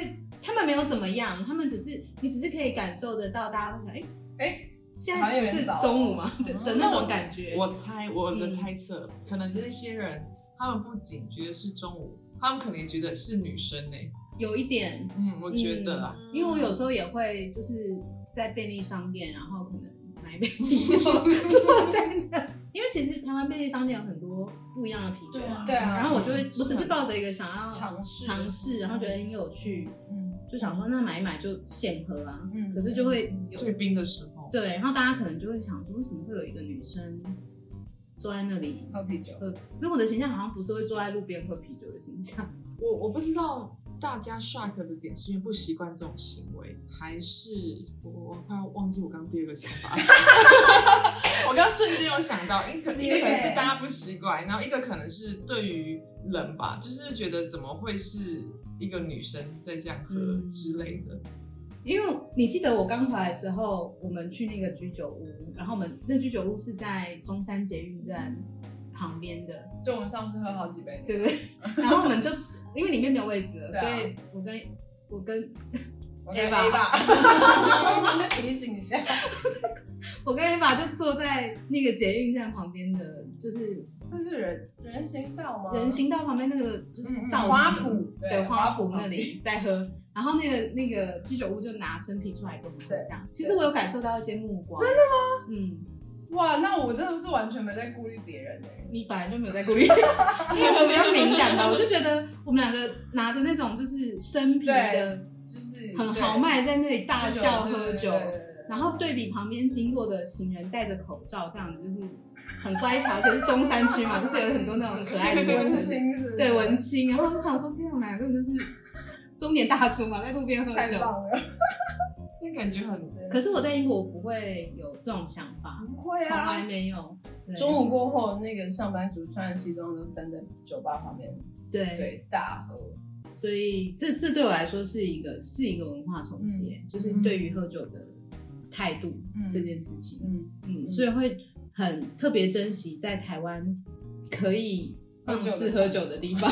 S1: 他们没有怎么样，他们只是你只是可以感受得到，大家会想，哎、
S2: 哎，
S1: 现
S2: 好像
S1: 在
S2: 有
S1: 不
S2: 点
S1: 是
S2: 早哦
S1: 中午吗？ *laughs* 对的那
S4: 那
S1: 种
S4: 我
S1: 感觉。
S4: *laughs* 我猜我的
S1: 嗯
S4: 猜测，可能那些人他们不仅觉得是中午，他们可能也觉得是女生呢、
S1: 有一点，
S4: 嗯，我觉得啊， *laughs*
S1: *laughs* 因为我有时候也会就是在便利商店，然后可能买一杯啤酒坐在那，因为其实台湾便利商店有很多不一样的啤酒啊。
S2: 对啊
S1: 然后我就会，我只是抱着一个想要
S2: 尝试
S1: 尝试，然后觉得很有趣，
S2: 嗯
S1: 就想说那买一买就现喝啊。
S2: 嗯
S1: 可是就会有
S4: 最冰的时候，
S1: 对，然后大家可能就会想说，为什么会有一个女生坐在那里
S2: 喝啤酒，
S1: 喝？因为我的形象好像不是会坐在路边喝啤酒的形象。
S4: 我我不知道大家 shock 的点是因为不习惯这种行为，还是我我快要忘记我刚刚第二个想法。 *laughs* 我刚刚瞬间有想到，一个一个可能是大家不习惯，然后一个可能是对于冷吧，就是觉得怎么会是一个女生在这样喝
S1: 嗯
S4: 之类的。
S1: 因为你记得我刚回来的时候，我们去那个居酒屋，然后我们那居酒屋是在中山捷运站旁边的，
S2: 就我们上次喝好几杯，
S1: 对不对？然后我们就因为里面没有位置了，
S2: 对啊
S1: 所以我跟我跟
S2: 我跟
S1: A 吧
S2: A 吧，提醒一下。
S1: 我跟 Eva 就坐在那个捷运站旁边的，就是
S2: 这是人人行道吗？
S1: 人行道旁边那个就是
S4: 嗯嗯
S1: 造
S2: 花
S1: 景
S2: 圃，
S1: 对花圃那里在喝。然后那个那个居酒屋就拿生啤出来跟我们喝
S2: 对
S1: 这样，其实我有感受到一些目光。真的吗？嗯，
S2: 哇，那我真的是完全没在顾虑别人哎、
S1: 你本来就没有在顾虑，因 *laughs* 为我比较敏感吧，我就觉得我们两个拿着那种就是生啤的，
S2: 就是
S1: 很豪，迈，在那里大
S2: 对
S1: 笑喝酒，
S2: 对对对对对
S1: 然后对比旁边经过的行人戴着口罩，这样子就是很乖巧，而且是中山区嘛，就是有很多那种很可爱的女
S2: 文
S1: 生，
S2: 青是不是
S1: 对文青，然后就想说，天啊，我们两个根本就是中年大叔嘛，在路边喝
S2: 太
S1: 酒。
S2: 棒了，
S4: 但感觉很
S1: 可是我在英国我不会有这种想法，
S2: 不会
S1: 从来。没有。对
S2: 中午过后，那个上班族穿着西装都站在酒吧旁边
S1: 对，
S2: 对大喝。
S1: 所以这这对我来说是一个是一个文化冲击，欸就是对于喝酒的态度
S5: 嗯
S1: 这件事情，
S2: 嗯，
S1: 嗯，所以会很特别珍惜在台湾可以放肆喝酒的地方，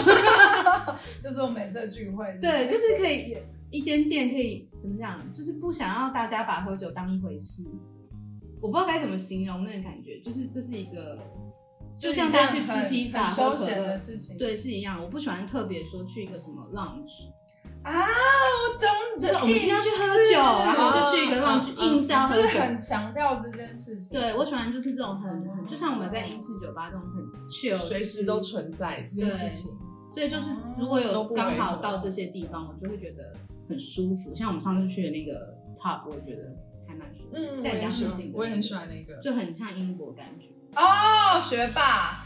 S1: *laughs*
S2: 就是我每次的聚会，
S1: 对，就是可以一间店可以怎么讲，就是不想要大家把喝酒当一回事，我不知道该怎么形容那个感觉，就是这是一个。就像大家去吃披萨、
S2: 很
S1: 喝
S2: 休
S1: 可
S2: 闲
S1: 乐
S2: 的，事情。
S1: 对，是一样。我不喜欢特别说去一个什么 lounge，
S2: 啊，我懂你
S1: 就是
S2: 的
S1: 我们
S2: 意
S1: 今
S2: 思。
S1: 天去喝酒，然后就去一个
S4: 嗯
S1: lounge，、
S4: 嗯
S1: 硬是要喝
S2: 就是
S1: 酒。
S2: 很强调这件事情。
S1: 对我喜欢就是这种很很，就像我们在英式酒吧这种很 chill，
S4: 随时都存在这件事情。
S1: 所以就是如果有
S4: 都不违
S1: 刚好
S4: 和
S1: 到这些地方，我就会觉得很舒服。像我们上次去的那个 pub，我觉得还蛮舒服，
S4: 嗯
S1: 在
S4: 我
S1: 比较
S4: 也
S5: 喜
S1: 安
S5: 欢
S1: 静，
S5: 我也很喜，欢那个。
S1: 就很像英国
S4: *laughs*
S1: 感觉。
S2: 哦，学霸，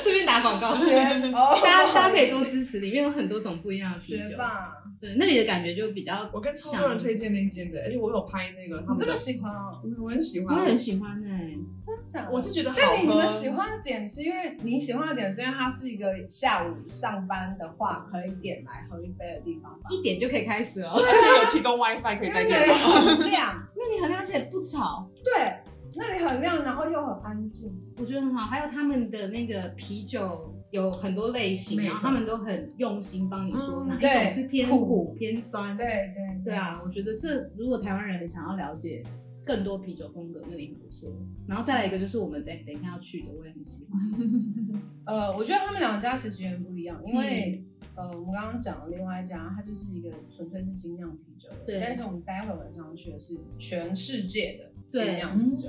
S1: 顺便打广告，
S2: 学哦，
S1: 大家大家可以多支持，里面有很多种不一样的啤
S2: 学
S1: 酒。
S2: 霸，
S1: 对，那里的感觉就比较，
S4: 我跟超多人推荐那一间的，而且我有拍那个他
S2: 你
S4: 们
S2: 这么
S4: 的，
S2: 喜欢哦？
S4: 我我很喜
S1: 我
S4: 欢，
S1: 也很喜欢哎、
S2: 真假的？
S4: 我是觉得好
S2: 但你你
S4: 喝
S2: 们喜欢的点是因为你喜欢的点是因为它是一个下午上班的话可以点来喝一杯的地方吧？
S1: 一点就可以开始了。
S4: 而且有提供 WiFi 可以
S2: 因
S4: 带
S2: 为
S4: 电
S2: 那里
S4: 脑。
S2: 很亮，
S1: *laughs* 那里很亮，而且不吵，
S2: 对，那里很亮，然后又很安静，
S1: 我觉得很好。还有他们的那个啤酒有很多类型，
S4: 每个
S1: 然后他们都很用心帮你说
S4: 嗯
S1: 哪一
S2: 对
S1: 种是偏
S2: 苦
S1: 苦偏酸。
S2: 对对
S1: 对，啊，我觉得这如果台湾人想要了解更多啤酒风格，那里很不错。然后再来一个就是我们哎等等一下要去的，我也很喜欢。
S2: 呃，我觉得他们两家其实有点不一样，因为、呃，我们刚刚讲的另外一家，它就是一个纯粹是精酿啤酒的，
S1: 对
S2: 但是我们待会晚上去的是全世界的
S1: 对
S2: 精酿啤酒，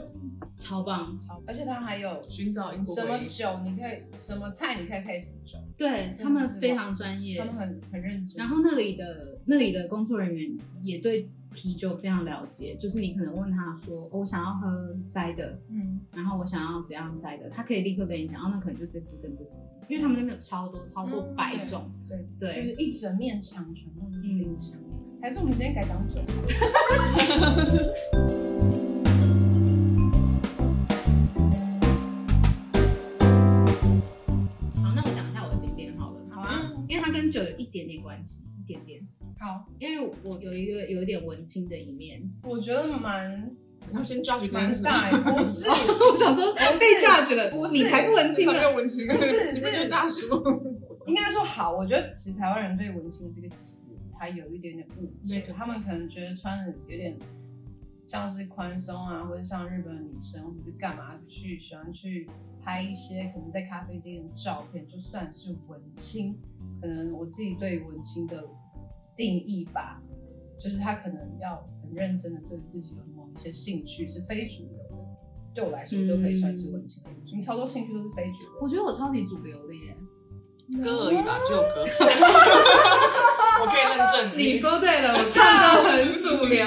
S1: 超棒，
S2: 超而且它还有
S4: 寻找英国
S2: 什么
S4: 回忆
S2: 酒你可以，什么菜你可以配什么酒，
S1: 对
S2: 真的
S1: 他们
S2: 是
S1: 非常专业
S2: 他，们很很认真。
S1: 然后那里的那里的工作人员也对啤酒非常了解，就是你可能问他说，哦我想要喝 cider，
S2: 嗯，
S1: 然后我想要怎样 cider，他可以立刻跟你讲，哦，那可能就这支跟这支，因为他们那边有超多超过
S4: 嗯
S1: 百
S2: 对
S1: 种，
S2: 对
S1: 对
S2: 就是一整面墙全部都是冰箱。还是我们今天改张嘴？
S1: 好，那我讲一下我的景点好了，
S2: 好啊，
S1: 因为它跟酒有一点点关系，一点点，
S2: 好，
S1: 因为我有一个有一点文青的一面，
S2: 我觉得蛮
S4: 你要先 judge 这件
S2: 蛮
S4: 事
S2: 大
S4: 情，
S2: 的，不是
S1: 我想说被 judge 了，
S2: 不是
S1: 你才不文青
S4: 这
S1: 呢，
S4: 个文青，
S2: 不是
S4: 你
S2: 是
S4: 们就是大叔。
S2: 应该说好，我觉得其实台湾人对“文青”这个词，他有一点点误解，他们可能觉得穿的有点像是宽松啊，或者像日本的女生，或者干嘛去喜欢去拍一些可能在咖啡店的照片，就算是文青。可能我自己对文青的定义吧，就是他可能要很认真的对自己有某一些兴趣是非主流的。对我来说，都可以算是文
S1: 嗯
S2: 青的一种。你超多兴趣都是非主流的。
S1: 我觉得我超级主流的耶，
S4: 歌而已吧，只有歌。我可以认证
S1: 说对
S2: *laughs*
S1: 了，我唱的很主流。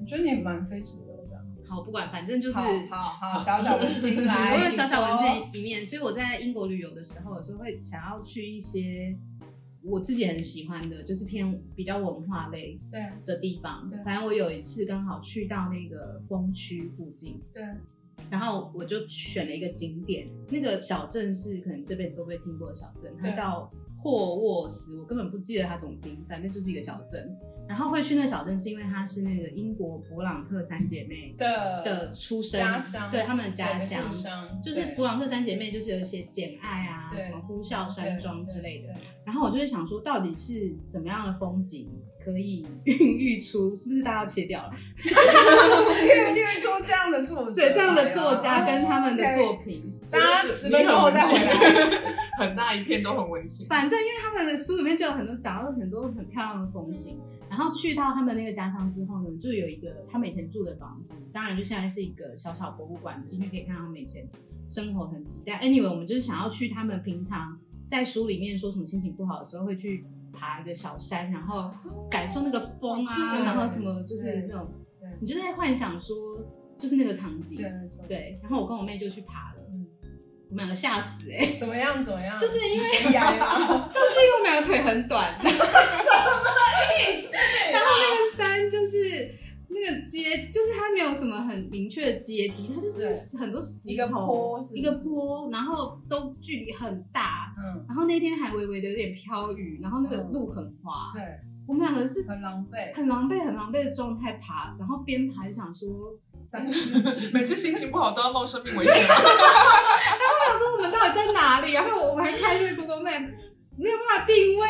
S2: 我觉得你蛮非主流的。
S1: 好，不管，反正就是
S2: 好好好，小小文青 *laughs* 来，
S1: 我有小小文
S2: 你说，
S1: 件一面，所以我在英国旅游的时候，有时候会想要去一些我自己很喜欢的，就是偏比较文化类
S2: 对
S1: 的地方
S2: 对。
S1: 反正我有一次刚好去到那个风区附近，
S2: 对，
S1: 然后我就选了一个景点，那个小镇是可能这辈子都没听过的小镇，它
S2: 对
S1: 叫霍沃斯，我根本不记得它怎么拼，反正就是一个小镇。然后会去那个小镇是因为它是那个英国勃朗特三姐妹
S2: 的
S1: 的出身，
S2: 家乡，
S1: 对他们的家
S2: 对
S1: 乡
S2: 故。乡，
S1: 就是勃
S2: 对
S1: 朗特三姐妹，就是有一些《简爱》啊，
S2: 对
S1: 什么《呼啸山庄》之类的。
S2: 对对
S1: 然后我就会想说，到底是怎么样的风景可以 *laughs* 孕育出？是不是大家要切掉了？
S2: *laughs* 对孕育出这样的作者，
S1: 对，这样的作家
S2: 哎呀
S1: 跟他们的
S2: OK
S1: 作品，
S2: 大家十分钟后再回来。
S4: 来，很大一片都很文青。
S1: 反正因为他们的书里面就有很多讲到很多很漂亮的风景，然后去到他们那个家乡之后呢，就有一个他们以前住的房子，当然就现在是一个小小博物馆，进去可以看到他们以前生活痕迹。但 anyway，我们就是想要去他们平常在书里面说什么心情不好的时候会去爬一个小山，然后感受那个风啊，
S2: 对
S1: 然后什么就是那种
S2: 对，
S1: 你就在幻想说就是那个场景，
S2: 对，没错。
S1: 对。然后我跟我妹就去爬了
S2: 嗯，
S1: 我们两个吓死哎、
S2: 怎么样？怎么样？
S1: 就是因为
S2: 为呀呀，
S1: *laughs* 就是因为我们两个腿很短，然后
S2: 对哎
S1: 那个山就是那个阶对，就是它没有什么很明确的阶梯，它就是
S2: 对
S1: 很多石头，
S2: *laughs* 一个坡是不是
S1: 一个坡，然后都距离很大，
S2: 嗯，
S1: 然后那天还微微的有点飘雨，然后那个
S2: 嗯
S1: 路很滑，
S2: 对，
S1: 我们两个是
S2: 很狼狈，
S1: 很狼狈、很狼狈的状态爬，然后边爬就想 *laughs* 说，
S2: 三自己。
S5: 每次心情不好都要冒生命危险吗？
S1: 想啊说我们到底在哪里？然后我们还开那个 Google Map，没有办法定位，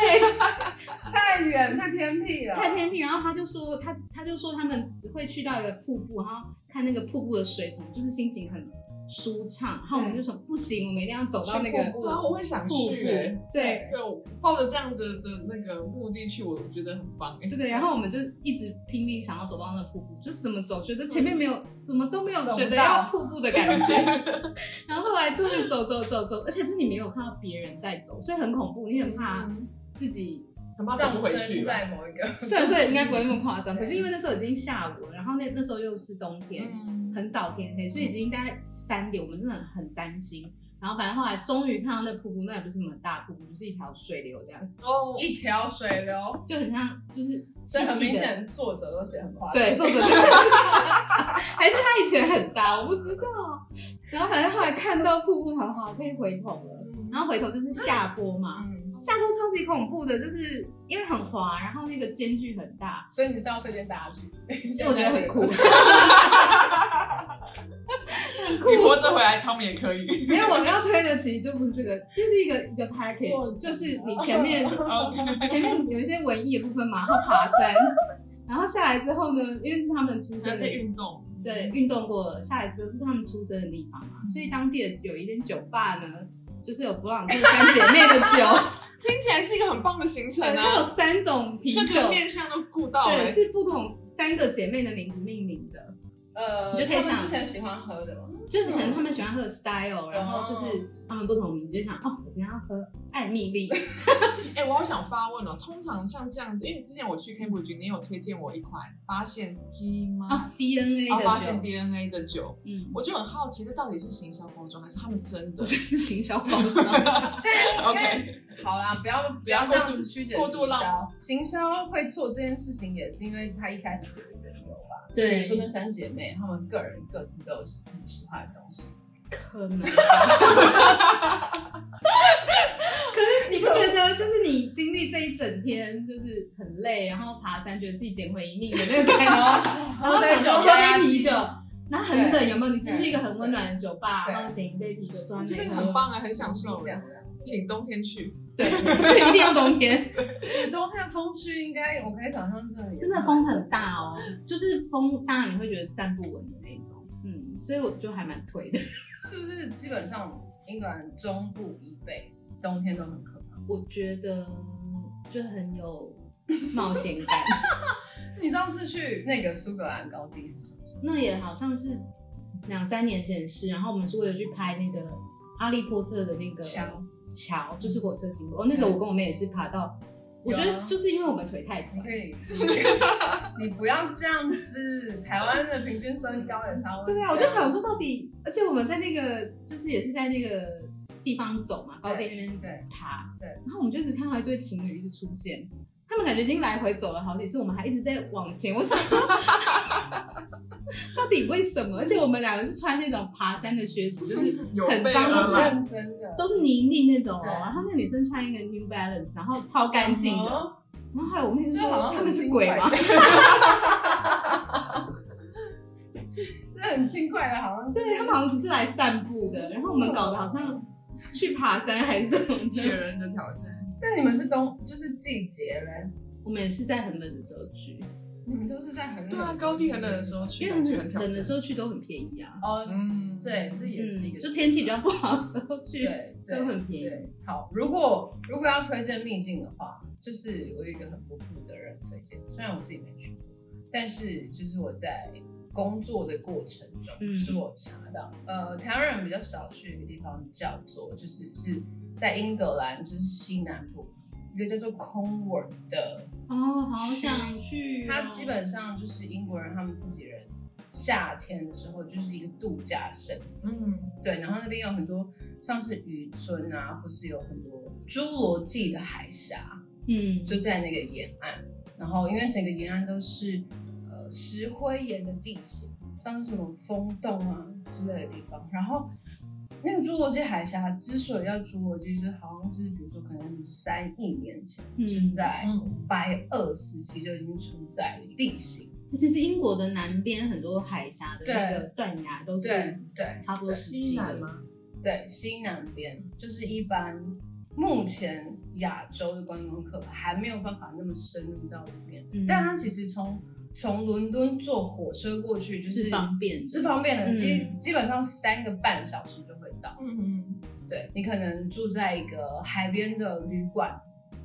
S2: *laughs* 太远太偏僻了，
S1: 太偏僻。然后他就说他他就说他们会去到一个瀑布，然后看那个瀑布的水什么，就是心情很舒畅。然后我们就说不行，我们一定要走到那个
S2: 去瀑布
S5: 然后我会想
S1: 瀑
S5: 去、欸，
S1: 布，对。
S5: 对，我抱着这样的的那个目的去，我觉得很棒、欸，
S1: 对对，然后我们就一直拼命想要走到那瀑布，就是怎么走，觉得前面没有，怎么都没有
S2: 走不
S1: 觉得
S2: 到
S1: 要瀑布的感觉。 *laughs* 然后后来终于走走走走，而且是你没有看到别人在走，所以很恐怖，你很怕
S5: 嗯，
S1: 自己。
S5: 很怕走
S2: 葬
S5: 不回去
S2: 身
S5: 吧。
S4: 嗯
S2: 在某一个，
S1: 虽然说应该不会那么夸张，
S2: 对
S1: 可是因为那时候已经下午了，然后那那时候又是冬天，
S5: 嗯，
S1: 很早天黑，所以已经大概三点，我们真的很担心。然后反正后来终于看到那瀑布，那也不是什么大瀑布，就是一条水流这样，
S5: 哦，
S2: 一条水流，
S1: 就很像就是
S2: 所
S1: 细
S2: 以很
S1: 细
S2: 明
S1: 的。
S2: 显作者都写很夸张。
S1: 对，作者就是 *laughs* 还是他以前很大，我不知道。然后反正后来看到瀑布很好，可以回头了。
S4: 嗯
S1: 然后回头就是下坡嘛，
S5: 嗯，
S1: 下坡超级恐怖的，就是因为很滑，然后那个间距很大，
S2: 所以你是要推荐大家去，
S1: 所以我觉得很酷。很
S5: *laughs*
S1: 酷
S5: 你。活着回来，他们也可 *laughs* 以。
S1: *laughs* 因为我要推的其实就不是这个，这是一个一个 package，就是你前面
S5: 哦 *laughs*
S1: 前面有一些文艺的部分嘛，然后爬山， *laughs* 然后下来之后呢，因为是他们出
S5: 这
S1: 生的
S5: 是运动，
S1: 对，运动过了，下来之后是他们出生的地方嘛，所以当地的有一间酒吧呢，就是有勃朗克三姐妹的
S5: *laughs*
S1: 酒，
S5: 听起来是一个很棒的行程
S1: 对，它有
S5: 啊。
S1: 三种啤
S5: 各
S1: 酒
S5: 个，面向都顾到了、
S1: 对，
S5: 欸，
S1: 是不同三个姐妹的名字命名的，
S2: 呃，
S1: 你就可以
S2: 他
S1: 想
S2: 们之前喜欢喝
S1: *laughs*
S2: 的嘛，
S1: 就是可能他们喜欢喝的
S5: 嗯
S1: style，然后就是他们不同名字，就想哦，我今天要喝艾
S5: *laughs*
S1: 蜜莉，
S5: 哎、我好想发问哦。通常像这样子，因为之前我去 Cambridge，你有推荐我一款发现基因吗？
S1: 哦 DNA
S5: 啊
S1: 的
S5: 发现
S1: 酒，
S5: DNA 的酒，
S1: 嗯，
S5: 我就很好奇，这到底是行销包装还是他们真的
S1: 我这是行销 *laughs* 包装，
S5: ？OK，
S2: 好啦，不要不
S5: 要
S2: 要这样
S5: 过度
S2: 子曲解
S5: 过度
S2: 行
S5: 浪
S2: 销。行销会做这件事情，也是因为他一开始有一个理由吧。就比
S1: 对
S2: 如，说那三姐妹，她们个人各自都有自己喜欢的东西。
S1: 可能。可是你不觉得，就是你经历这一整天，就是很累，然后爬山，觉得自己捡回一命的那个感 *laughs* 觉，哦然后想说喝杯啤酒，然后很冷，有没有？你进去一个很温暖的酒吧，
S2: 对
S1: 然后点一杯啤酒，装
S5: 这
S1: 在 *laughs*
S5: 边
S1: 那
S5: 很棒啊，很享受
S2: 漂，亮的。
S5: 请冬天去。
S1: 对，一定要冬天，
S2: 冬天风区应该我可以想象这里
S1: 真的风很大哦，就是风大你会觉得站不稳的那一种，嗯，所以我就还蛮推的，
S2: 是不是基本上英格兰中部以北冬天都很可怕？
S1: 我觉得就很有冒险感。 *laughs*
S2: 你上次去那个苏格兰高地是什么时候？
S1: 那也好像是两三年前的事，然后我们是为了去拍那个《哈利波特》的那个
S2: 桥
S1: 桥，就是火车经过。哦，那个我跟我妹也是爬到，我觉
S2: 有
S1: 得
S2: 啊
S1: 就是因为我们腿太
S2: 你
S1: 短，
S2: 可以，你不要这样子。台湾的平均身高也差不多。
S1: 对啊，我就想说到底，而且我们在那个就是也是在那个地方走嘛，高铁那边
S2: 对
S1: 爬，
S2: 对
S1: 然后我们就一直看到一对情侣一直出现。他们感觉已经来回走了好几次，我们还一直在往前。我想说，到底为什么？而且我们两个是穿那种爬山的靴子，就是
S5: 有
S1: 很
S5: 备
S1: 脏
S5: 而
S1: 都
S2: 都
S1: 是
S2: 是
S5: 来，
S2: 认真的，
S1: 都是泥泞那种哦。
S2: 嗯对
S1: 然后那女生穿一个 New Balance，然后超干净
S2: 什
S1: 的。
S2: 么。
S1: 然后还有我妹就
S2: 就
S1: 说
S2: 好像很
S1: 他们是鬼
S2: *laughs*
S1: 吗？
S2: 这很轻快的，好像
S1: 对他们好像只是来散步的。然后我们搞得好像去爬山还是什么
S5: 铁
S1: 的。
S5: 人的挑战，
S2: 那你们是冬，就是季节嘞？
S1: 我们也是在很冷的时候去，
S2: 你们都是在很冷
S5: 对啊，高地很冷的时
S2: 候。
S5: 候
S1: 因
S5: 去，
S1: 为
S5: 感
S1: 很
S5: 觉很挑
S1: 冷的
S5: 战。
S1: 时候去都很便宜啊。
S2: 哦，
S5: 嗯，
S2: 对，这也是一
S1: 嗯，
S2: 个，
S1: 就天气比较不好的时候去。
S2: 对，对
S1: 都很便宜
S2: 对好，如果如果要推荐秘境的话，就是我有一个很不负责任的推荐，虽然我自己没去过，但是就是我在工作的过程中，
S1: 嗯
S2: 就是我查到，呃，台湾人比较少去一个地方叫做，就是是在英格兰，就是西南部。一个叫做 Conward 的，
S1: 哦，好想去哦。
S2: 它基本上就是英国人他们自己人夏天之后就是一个度假胜地
S5: 嗯，
S2: 对，然后那边有很多像是渔村啊，或是有很多侏罗纪的海峡，
S1: 嗯，
S2: 就在那个沿岸。然后因为整个沿岸都是呃个石灰岩的地形，像是什么风洞啊之类的地方。然后那个侏罗纪海峡之所以叫侏罗纪，就是好像是比如说可能三亿年前，
S1: 嗯
S2: 就是在
S4: 嗯，
S2: 白垩时期就已经存在的地形。
S1: 其实英国的南边很多海峡的那个断崖都是
S2: 对对
S1: 差不多时期
S6: 西南
S1: 的。
S6: 吗？
S2: 对，西南边就是一般目前亚洲的观光客还没有办法那么深入到里面。
S1: 嗯
S2: 但它其实从从伦敦坐火车过去就是
S1: 方便的
S2: 是方便的，
S1: 嗯
S2: 基、基本上三个半小时就会到。
S4: 嗯嗯
S2: 对你可能住在一个海边的旅馆，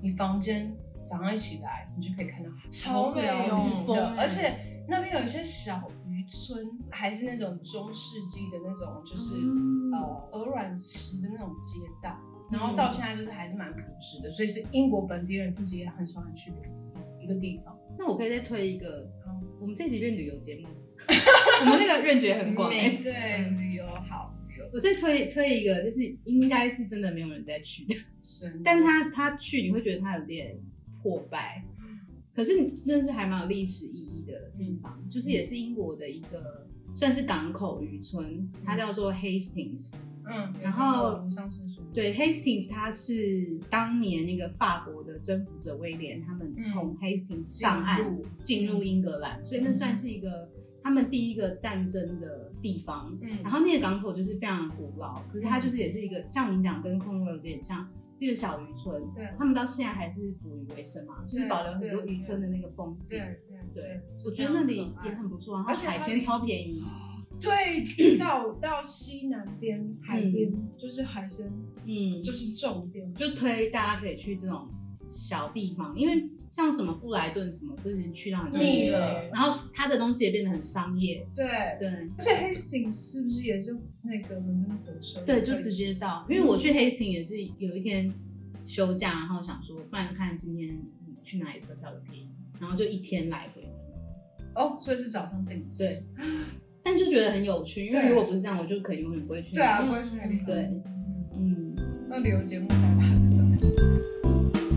S2: 你房间早上一起来，你就可以看到海，超美
S4: 好美
S1: 哦
S2: 的，
S1: 嗯
S2: 而且那边有一些小渔村，还是那种中世纪的那种，就是、
S1: 嗯
S2: 呃鹅卵石的那种街道。然后到现在就是还是蛮朴实的，所以是英国本地人自己也很喜欢去的一个地方。
S1: 那我可以再推一个
S2: 好，
S1: 我们这集变旅游
S2: *laughs*
S1: 节目，我们那个认觉很广、
S4: 美
S2: 对，旅游好旅游，
S1: 我再推推一个，就是应该是真的没有人在去的，
S2: 深
S1: 但他他去你会觉得他有点破败，可是那是还蛮有历史意义的地方，就是也是英国的一个算是港口渔村，它叫做 Hastings。
S2: 嗯，
S1: 然后
S2: 上次说
S1: 对，Hastings 它是当年那个法国的征服者威廉他们
S2: 嗯
S1: 从 Hastings 上岸进入英格兰，所以那算是一个他们第一个战争的地方。
S2: 嗯
S1: 然后那个港口就是非常古老，可是它就是也是一个像你讲跟空罗有点像，是一个小渔村。
S2: 对
S1: 他们到现在还是捕鱼为生嘛，就是
S2: 对
S1: 保留很
S2: 对
S1: 多渔
S2: 对
S1: 村的那个风景。
S2: 对
S1: 对，我觉得那里也很不错，然后
S2: 而且它
S1: 海鲜超便宜。
S2: 对，到到西南边海边、就是海鲜，
S1: 嗯，
S2: 就是重点。
S1: 就推大家可以去这种小地方，因为像什么布莱顿什么，就是去到很
S2: 腻
S4: 了
S1: 然后它的东西也变得很商业，
S2: 对，
S1: 对
S2: 而且 Hastings 是不是也是那个伦敦火车？
S1: 对，就直接到。因为我
S2: 嗯
S1: 去 Hastings 也是有一天休假，然后想说，不然看今天去哪里车票便宜，然后就一天来回这样子。
S2: 哦，所以是早上订。 *laughs*
S1: 对，但就觉得很有趣，因为
S2: 对
S1: 如果不是这样，我就可能永远不会去。
S2: 对，啊，关于那个地方。
S1: 对，嗯。
S2: 那旅游节目想法是什么？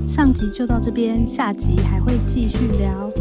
S3: 上集就到这边，下集还会继续聊。